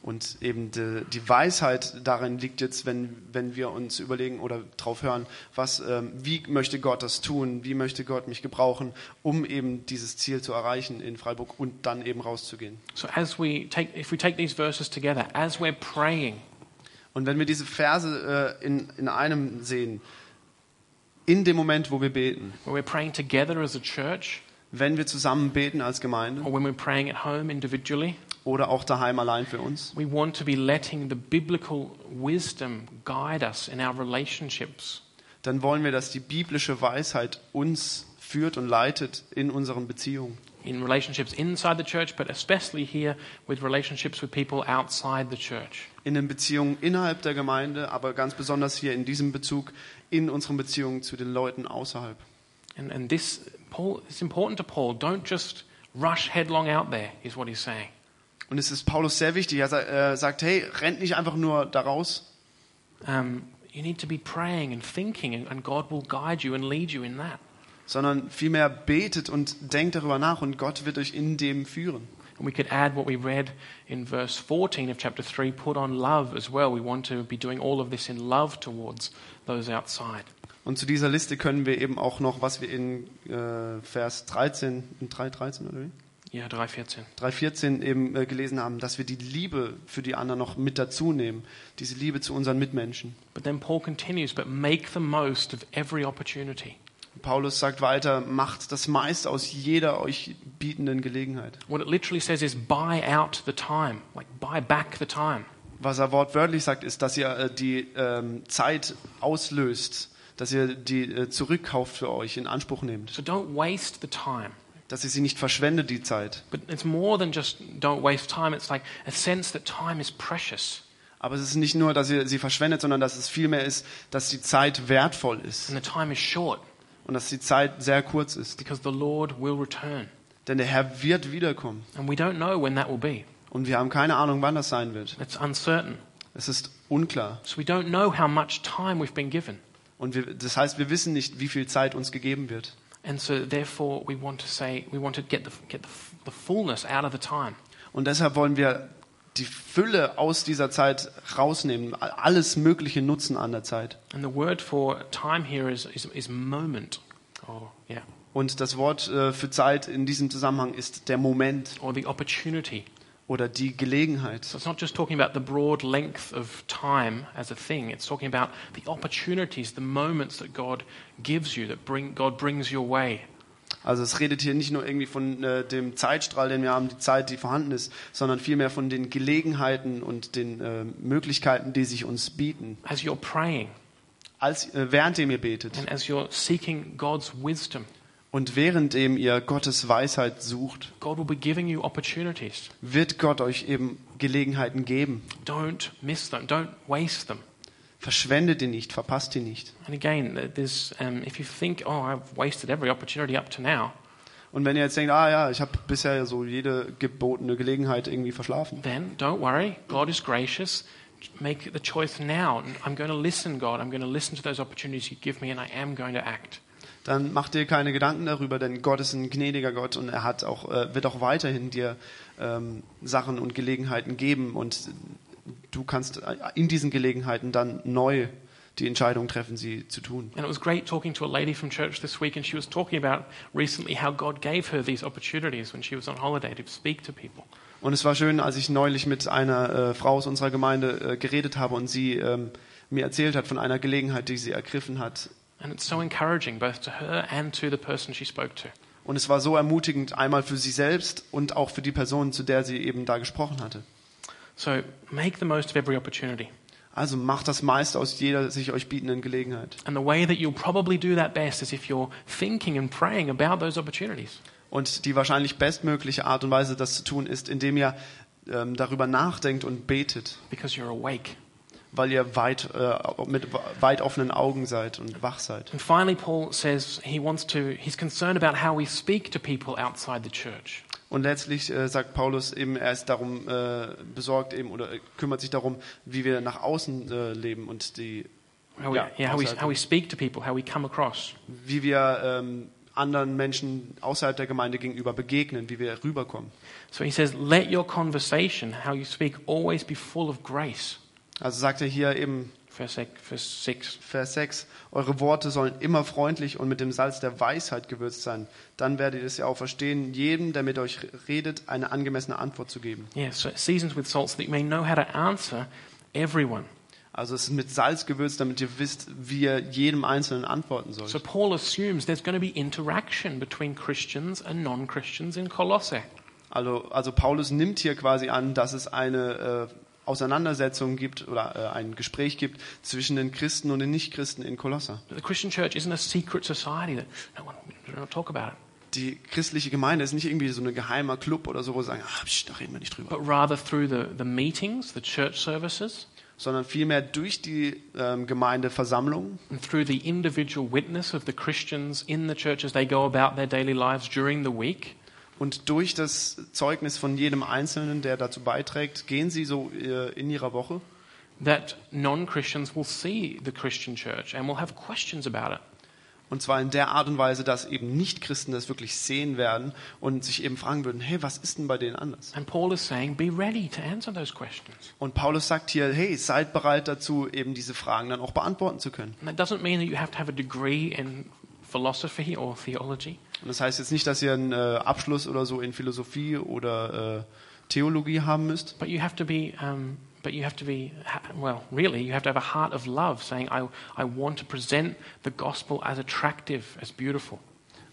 B: Und eben de, die Weisheit darin liegt jetzt, wenn, wenn wir uns überlegen oder drauf hören, was, ähm, wie möchte Gott das tun, wie möchte Gott mich gebrauchen, um eben dieses Ziel zu erreichen in Freiburg und dann eben rauszugehen.
A: So, as we take, if we take these verses together, as we're praying,
B: Und wenn wir diese Verse äh, in, in einem sehen, in dem Moment, wo wir beten,
A: where we're praying together as a church,
B: wenn wir zusammen beten als Gemeinde
A: or when we're praying at home individually,
B: oder auch daheim allein für uns,
A: we want to be letting the biblical wisdom guide us in our relationships.
B: dann wollen wir, dass die biblische Weisheit uns führt und leitet in unseren Beziehungen.
A: in relationships inside the church, but especially here with relationships with people outside the church.
B: In den Beziehungen innerhalb der Gemeinde, aber ganz besonders hier in diesem Bezug in unseren Beziehungen zu den Leuten außerhalb.
A: And, and this, Paul, it's important to Paul. Don't just rush headlong out there, is what he's saying.
B: Und es ist Paulus sehr wichtig. Er sa- äh, sagt, hey, rennt nicht einfach nur daraus.
A: Um, you need to be praying and thinking, and, and God will guide you and lead you in that.
B: sondern vielmehr betet und denkt darüber nach und Gott wird euch in dem führen.
A: And we could add what we read in verse 14 of chapter 3 put on love as well. We want to be doing all of this in love towards those outside.
B: Und zu dieser Liste können wir eben auch noch, was wir in äh, Vers 13, in 3,13 oder wie?
A: Yeah, 314.
B: 3,14 eben äh, gelesen haben, dass wir die Liebe für die anderen noch mit dazu nehmen, diese Liebe zu unseren Mitmenschen.
A: But then Paul continues, but make the most of every opportunity.
B: Paulus sagt weiter, macht das meiste aus jeder euch bietenden Gelegenheit.
A: What it literally says is buy out the time, like buy back the time.
B: Was er wortwörtlich sagt, ist, dass ihr äh, die ähm, Zeit auslöst, dass ihr die äh, zurückkauft für euch, in Anspruch nehmt,
A: So don't waste the time.
B: dass ihr sie nicht verschwendet, die Zeit.
A: But it's more than just don't waste time, it's like a sense that time is precious
B: Aber es ist nicht nur, dass ihr sie verschwendet, sondern dass es vielmehr ist, dass die Zeit wertvoll ist
A: and the time is short
B: und dass die Zeit sehr kurz ist.
A: because the Lord will return.
B: Denn der Herr wird wiederkommen
A: And we don't know when that will be.
B: und wir haben keine Ahnung, wann das sein wird.
A: It's uncertain.
B: Es ist unklar
A: So we don't know how much time we've been given.
B: und wir, das heißt, wir wissen nicht, wie viel Zeit uns gegeben wird.
A: And so therefore we want to say, we want to get the, get the, the fullness out of the time.
B: Und deshalb wollen wir die Fülle aus dieser Zeit rausnehmen, alles Mögliche nutzen an der Zeit.
A: And the word for time here is, is, is moment. Or, yeah.
B: Und das Wort äh, für Zeit in diesem Zusammenhang ist der Moment
A: Or the opportunity.
B: oder die Gelegenheit.
A: So it's not just talking about the broad length of time as a thing. It's talking about the opportunities, the moments that God gives you, that bring, God brings your way.
B: Also es redet hier nicht nur irgendwie von äh, dem Zeitstrahl, den wir haben, die Zeit, die vorhanden ist, sondern vielmehr von den Gelegenheiten und den äh, Möglichkeiten, die sich uns bieten,
A: As you're praying
B: als, äh, währenddem ihr betet
A: and as you're seeking God's wisdom,
B: und währenddem ihr Gottes Weisheit sucht,
A: God will be giving you opportunities.
B: wird Gott euch eben Gelegenheiten geben.
A: Don't miss them. Don't waste them.
B: Verschwendet die nicht, verpasst die nicht.
A: And again, there's, um, if you think, oh, I've wasted every opportunity up to now,
B: Und wenn ihr jetzt denkt, ah ja, ich habe bisher so jede gebotene Gelegenheit irgendwie verschlafen,
A: then don't worry. God is gracious. Make the choice now. I'm going to listen, God. I'm going to listen to those opportunities you give me, and I am going to act.
B: dann macht dir keine Gedanken darüber, denn Gott ist ein gnädiger Gott und er hat auch, äh, wird auch weiterhin dir ähm, Sachen und Gelegenheiten geben und du kannst äh, in diesen Gelegenheiten dann neu die Entscheidung treffen, sie zu tun.
A: And it was great talking to a lady from church this week, and she was talking about recently how God gave her these opportunities when she was on holiday to speak to people.
B: Und es war schön, als ich neulich mit einer äh, Frau aus unserer Gemeinde äh, geredet habe und sie ähm, mir erzählt hat von einer Gelegenheit, die sie ergriffen hat.
A: And it's so encouraging, both to her and to the person she spoke to.
B: Und es war so ermutigend, einmal für sie selbst und auch für die Person, zu der sie eben da gesprochen hatte.
A: So make the most of every opportunity.
B: Also macht das meiste aus jeder sich euch bietenden Gelegenheit.
A: And the way that you'll probably do that best is if you're thinking and praying about those opportunities.
B: Und die wahrscheinlich bestmögliche Art und Weise, das zu tun, ist, indem ihr ähm, darüber nachdenkt und betet,
A: Because you're awake.
B: weil ihr weit, äh, mit weit offenen Augen seid und wach seid.
A: And finally, Paul says he wants to, he's concerned about how we speak to people outside the church.
B: Und letztlich äh, sagt Paulus eben, er ist darum äh, besorgt eben oder äh, kümmert sich darum, wie wir nach außen äh, leben und die,
A: How we,
B: Ja,
A: yeah, how, we,
B: outside.
A: how we speak to people, how we come across.
B: wie wir ähm, anderen Menschen außerhalb der Gemeinde gegenüber begegnen, wie wir rüberkommen.
A: So he says, let your conversation, how you speak, always be full of grace.
B: Also sagt er hier eben
A: Verse, sec- verse 6.
B: Vers 6, eure Worte sollen immer freundlich und mit dem Salz der Weisheit gewürzt sein. Dann werdet ihr es ja auch verstehen, jedem, der mit euch redet, eine angemessene Antwort zu geben.
A: Yeah, so seasons with salt so that you may know how to answer everyone.
B: Also es ist mit Salz gewürzt, damit ihr wisst, wie ihr jedem Einzelnen antworten sollt.
A: So Paul assumes there's going to be interaction between Christians and non-Christians in Colossae.
B: Also, also Paulus nimmt hier quasi an, dass es eine äh, Auseinandersetzung gibt oder äh, ein Gespräch gibt zwischen den Christen und den Nichtchristen in Kolosser.
A: The Christian church isn't a secret society that no one we don't talk about it,
B: Die christliche Gemeinde ist nicht irgendwie so ein geheimer Club oder so, wo sie sagen, ah, psch, da reden wir nicht drüber.
A: but rather through the, the meetings, the church services,
B: Sondern vielmehr durch die ähm, Gemeindeversammlung
A: and through the individual witness of the Christians in the church as they go about their daily lives during the week.
B: und durch das Zeugnis von jedem Einzelnen, der dazu beiträgt, gehen sie so äh, in ihrer Woche,
A: that non Christians will see the Christian church and will have questions about it.
B: Und zwar in der Art und Weise, dass eben Nichtchristen das wirklich sehen werden und sich eben fragen würden, hey, was ist denn bei denen anders?
A: And Paul is saying, be ready to answer those questions.
B: Und Paulus sagt hier, hey, seid bereit dazu, eben diese Fragen dann auch beantworten zu können.
A: And that doesn't mean that you have to have a degree in philosophy or theology,
B: Und das heißt jetzt nicht, dass ihr einen äh, Abschluss oder so in Philosophie oder äh, Theologie haben müsst,
A: but you have to be. Um, but you have to be, ha- well, really, you have to have a heart of love, saying, I, I want to present the gospel as attractive, as beautiful.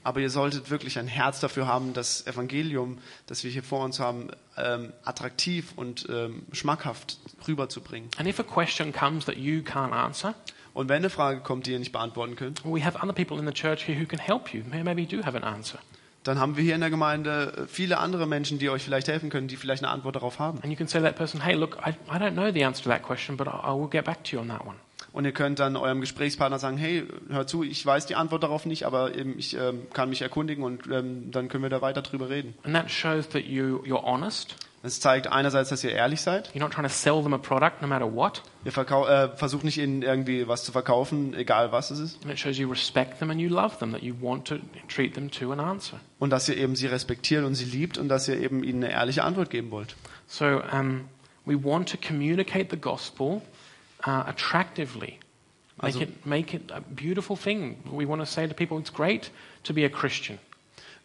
B: aber ihr solltet wirklich ein Herz dafür haben, das Evangelium, das wir hier vor uns haben, ähm, attraktiv und ähm, schmackhaft rüberzubringen.
A: And if a question comes that you can't answer,
B: Und wenn eine Frage kommt, die ihr nicht beantworten könnt,
A: we have other people in the church here who can help you. May- Maybe you do have an answer.
B: dann haben wir hier in der Gemeinde äh, viele andere Menschen, die euch vielleicht helfen können, die vielleicht eine Antwort darauf haben.
A: And you can say to that person, hey, look, I, I don't know the answer to that question, but I, I will get back to you on that one.
B: Und ihr könnt dann eurem Gesprächspartner sagen, hey, hör zu, ich weiß die Antwort darauf nicht, aber eben ich ähm, kann mich erkundigen und ähm, dann können wir da weiter drüber reden.
A: And that shows that you, you're honest.
B: Das zeigt einerseits, dass ihr ehrlich seid.
A: You're not trying to sell them a product, no matter what.
B: Ihr verkau äh, versucht nicht ihnen irgendwie was zu verkaufen, egal was es ist.
A: And it shows you respect them and you love them, that you want to treat them to an answer.
B: Und dass ihr eben sie respektiert und sie liebt und dass ihr eben ihnen eine ehrliche Antwort geben wollt.
A: So um, we want to communicate the gospel uh, attractively. Make
B: Also-
A: it, make it a beautiful thing. We want to say to people, it's great to be a Christian.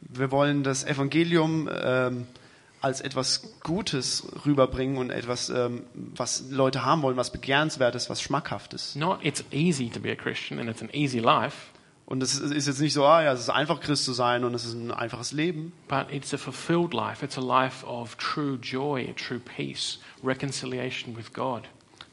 B: Wir wollen das Evangelium ähm, als etwas Gutes rüberbringen und etwas, ähm, was Leute haben wollen, was begehrenswertes, was schmackhaftes.
A: Not it's easy to be a Christian and it's an easy life,
B: Und es ist jetzt nicht so, ah ja, es ist einfach Christ zu sein und es ist ein einfaches Leben.
A: But it's a fulfilled life. It's a life of true joy, true peace, reconciliation with God.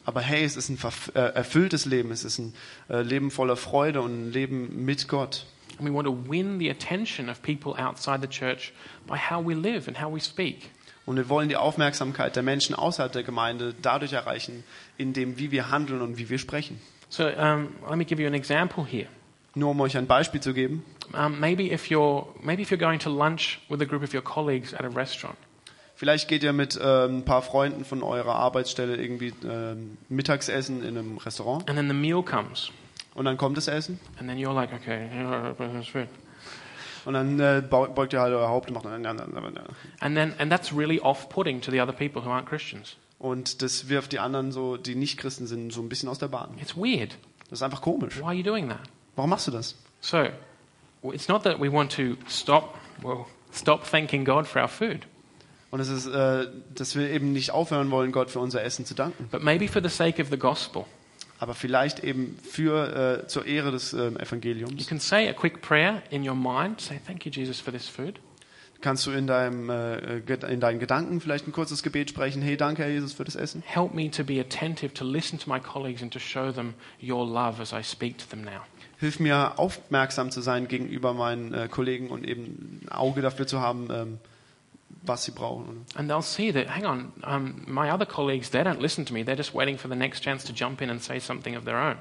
B: Aber hey, es ist ein verf- äh, erfülltes Leben, es ist ein äh, Leben voller Freude und ein Leben mit Gott.
A: And we want to win the attention of people outside the church by how we live and how we speak.
B: Und wir wollen die Aufmerksamkeit der Menschen außerhalb der Gemeinde dadurch erreichen, indem wie wir handeln und wie wir sprechen.
A: So um, let me give you an example here.
B: Nur um euch ein Beispiel zu geben,
A: Um, maybe if you're maybe if you're going to lunch with a group of your colleagues at a restaurant,
B: vielleicht geht ihr mit äh, ein paar Freunden von eurer Arbeitsstelle irgendwie ähm, Mittagsessen in einem Restaurant
A: and then the meal comes,
B: und dann kommt das Essen
A: and then you're like, okay, that's good.
B: und dann äh, bau- beugt ihr halt euer Haupt und macht
A: and then and that's really off-putting to the other people who aren't Christians.
B: und das wirft die anderen so, die nicht Christen sind, so ein bisschen aus der Bahn.
A: It's weird.
B: Das ist einfach komisch.
A: Why are you doing that?
B: Warum machst du das?
A: So, w- it's not that we want to stop, well, stop thanking God for our food,
B: Und es ist, äh, dass wir eben nicht aufhören wollen, Gott für unser Essen zu danken,
A: but maybe for the sake of the gospel,
B: aber vielleicht eben für äh, zur Ehre des ähm,
A: you
B: Evangeliums
A: can say a quick prayer in your mind. Say, thank you, Jesus, for this food.
B: kannst du in deinem äh, Ged- in deinen Gedanken vielleicht ein kurzes Gebet sprechen. Hey, danke, Herr Jesus, für das Essen.
A: Help me to be attentive, to listen to my colleagues, and to show them your love as I speak to them now.
B: Hilf mir, aufmerksam zu sein gegenüber meinen äh, Kollegen und eben ein Auge dafür zu haben, ähm, was sie brauchen.
A: And they'll see that, hang on, um, my other colleagues, they don't listen to me. They're just waiting for the next chance to jump in and say something of their own.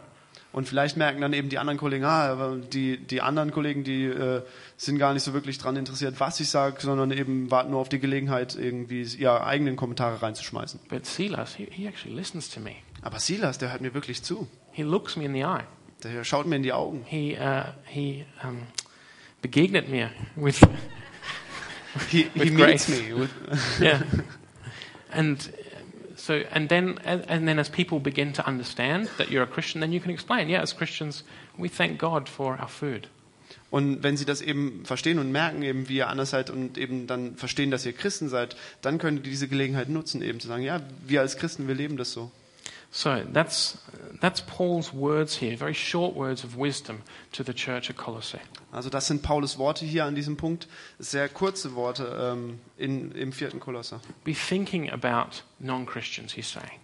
B: Und vielleicht merken dann eben die anderen Kollegen, ah, aber die die anderen Kollegen, die äh, sind gar nicht so wirklich dran interessiert, was ich sage, sondern eben warten nur auf die Gelegenheit, irgendwie ihre eigenen Kommentare reinzuschmeißen.
A: But Silas, he, he actually listens to me.
B: Aber Silas, der hört mir wirklich zu.
A: He looks me in the eye.
B: Der schaut mir in die Augen.
A: He, uh, he um, begegnet mir with,
B: He,
A: With
B: he meets
A: grace.
B: me. With,
A: yeah. And uh, so, and then, and and then as people begin to understand that you're a Christian, then you can explain, yeah, as Christians, we thank God for our food.
B: und wenn sie das eben verstehen und merken, eben wie ihr anders seid und eben dann verstehen, dass ihr Christen seid, dann könnt ihr diese Gelegenheit nutzen, eben zu sagen, ja, wir als Christen, wir leben das so.
A: So that's, that's Paul's words here, very short words of wisdom to the church at Colossae.
B: Also das sind Paulus Worte hier an diesem Punkt. Sehr kurze Worte ähm, in, im vierten Kolosser.
A: Be thinking about non Christians, he's saying.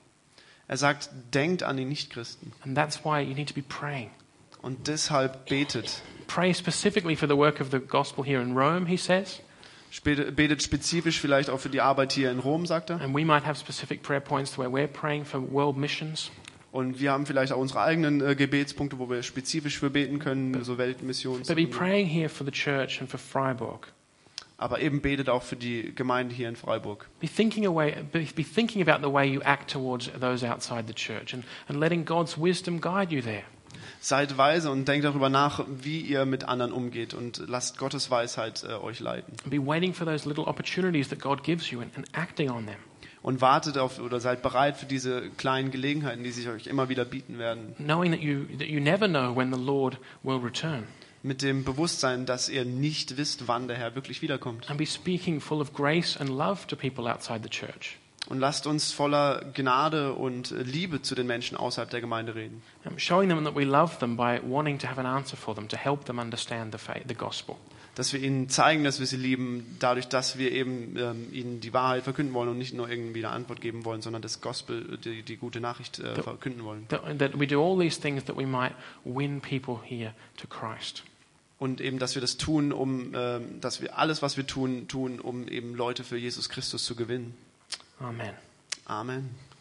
B: Er sagt, denkt an die Nichtchristen.
A: And that's why you need to be praying.
B: Und deshalb betet.
A: Pray specifically for the work of the gospel here in Rome, he says.
B: Spete- Betet spezifisch vielleicht auch für die Arbeit hier in Rom, sagt er.
A: And we might have specific prayer points where we're praying for world missions.
B: Und wir haben vielleicht auch unsere eigenen äh, Gebetspunkte, wo wir spezifisch für beten können, so Weltmissionen.
A: But be praying here for the church and for Freiburg.
B: Aber eben betet auch für die Gemeinde hier in Freiburg.
A: Be thinking, away, be, be thinking about the way you act towards those outside the church and, and letting God's wisdom guide you there.
B: Seid weise und denkt darüber nach, wie ihr mit anderen umgeht und lasst Gottes Weisheit äh, euch leiten.
A: And be waiting for those little opportunities that God gives you and, and acting on them.
B: Und wartet auf oder seid bereit für diese kleinen Gelegenheiten, die sich euch immer wieder bieten werden.
A: Knowing that you, that you never know when the Lord will return.
B: Mit dem Bewusstsein, dass ihr nicht wisst, wann der Herr wirklich wiederkommt.
A: And be speaking full of grace and love to people outside the church.
B: Und lasst uns voller Gnade und äh, Liebe zu den Menschen außerhalb der Gemeinde reden.
A: Um, showing them that we love them by wanting to have an answer for them, to help them understand the, faith, the gospel.
B: Dass wir ihnen zeigen, dass wir sie lieben, dadurch, dass wir eben ähm, ihnen die Wahrheit verkünden wollen und nicht nur irgendwie eine Antwort geben wollen, sondern das Gospel, äh, die, die gute Nachricht äh, verkünden wollen.
A: That, that we do all these things that we might win people here to Christ.
B: Und eben, dass wir das tun, um, ähm, dass wir alles, was wir tun, tun, um eben Leute für Jesus Christus zu gewinnen.
A: Amen.
B: Amen.